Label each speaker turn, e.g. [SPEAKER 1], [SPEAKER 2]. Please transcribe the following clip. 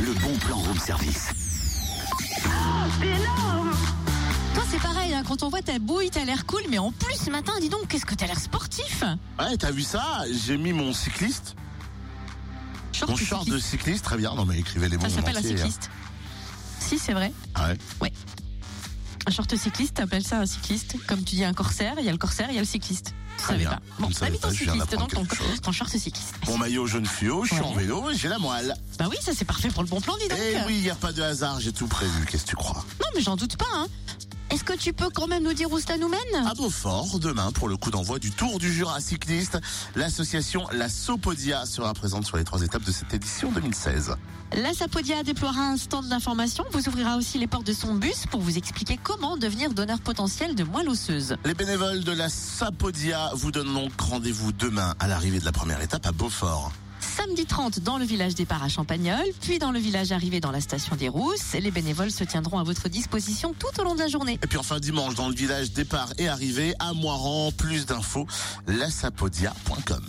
[SPEAKER 1] le bon plan room service.
[SPEAKER 2] Toi, c'est pareil, hein, quand on voit ta bouille, t'as l'air cool, mais en plus, ce matin, dis donc, qu'est-ce que t'as l'air sportif
[SPEAKER 3] Ouais, t'as vu ça J'ai mis mon cycliste,
[SPEAKER 2] Short,
[SPEAKER 3] mon
[SPEAKER 2] tu
[SPEAKER 3] short de
[SPEAKER 2] cyclistes.
[SPEAKER 3] cycliste, très bien. Non mais écrivez les mots.
[SPEAKER 2] Ça
[SPEAKER 3] en
[SPEAKER 2] s'appelle un
[SPEAKER 3] entier, hein.
[SPEAKER 2] cycliste. Si, c'est vrai.
[SPEAKER 3] Ah ouais.
[SPEAKER 2] Un short cycliste, t'appelles ça un cycliste. Comme tu dis un corsaire, il y a le corsaire, il y a le cycliste. Tu
[SPEAKER 3] Très
[SPEAKER 2] savais
[SPEAKER 3] bien.
[SPEAKER 2] pas.
[SPEAKER 3] Je
[SPEAKER 2] Bon,
[SPEAKER 3] ne
[SPEAKER 2] t'as mis
[SPEAKER 3] savais
[SPEAKER 2] ton
[SPEAKER 3] pas, je viens
[SPEAKER 2] cycliste, donc
[SPEAKER 3] d'apprendre
[SPEAKER 2] ton,
[SPEAKER 3] quelque chose.
[SPEAKER 2] ton short cycliste.
[SPEAKER 3] Mon maillot jaune fluo, je suis
[SPEAKER 2] Ouais.
[SPEAKER 3] en vélo et j'ai la moelle.
[SPEAKER 2] Bah oui, ça c'est parfait pour le bon plan, dis donc. euh,
[SPEAKER 3] Eh oui, y a pas de hasard, j'ai tout prévu. Qu'est-ce que tu crois
[SPEAKER 2] Non, mais j'en doute pas. hein. Est-ce que tu peux quand même nous dire où cela nous mène
[SPEAKER 3] À Beaufort, demain, pour le coup d'envoi du Tour du Jura cycliste, l'association La Sopodia sera présente sur les trois étapes de cette édition 2016.
[SPEAKER 2] La Sapodia déploiera un stand d'information, vous ouvrira aussi les portes de son bus pour vous expliquer comment devenir donneur potentiel de moelle osseuse.
[SPEAKER 3] Les bénévoles de La Sapodia vous donnent donc rendez-vous demain à l'arrivée de la première étape à Beaufort.
[SPEAKER 2] Samedi 30 dans le village départ à Champagnol, puis dans le village arrivé dans la station des Rousses, les bénévoles se tiendront à votre disposition tout au long de la journée.
[SPEAKER 3] Et puis enfin dimanche, dans le village départ et arrivée à Moiran, plus d'infos, lasapodia.com.